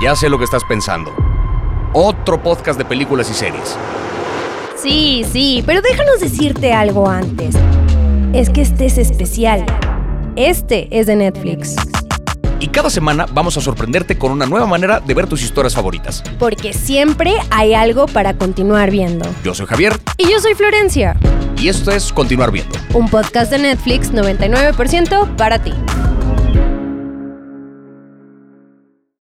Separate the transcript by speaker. Speaker 1: Ya sé lo que estás pensando. Otro podcast de películas y series.
Speaker 2: Sí, sí, pero déjanos decirte algo antes. Es que este es especial. Este es de Netflix.
Speaker 1: Y cada semana vamos a sorprenderte con una nueva manera de ver tus historias favoritas.
Speaker 2: Porque siempre hay algo para continuar viendo.
Speaker 1: Yo soy Javier
Speaker 2: Y yo soy Florencia,
Speaker 1: y esto es Continuar Viendo.
Speaker 2: un podcast de Netflix 99% para ti.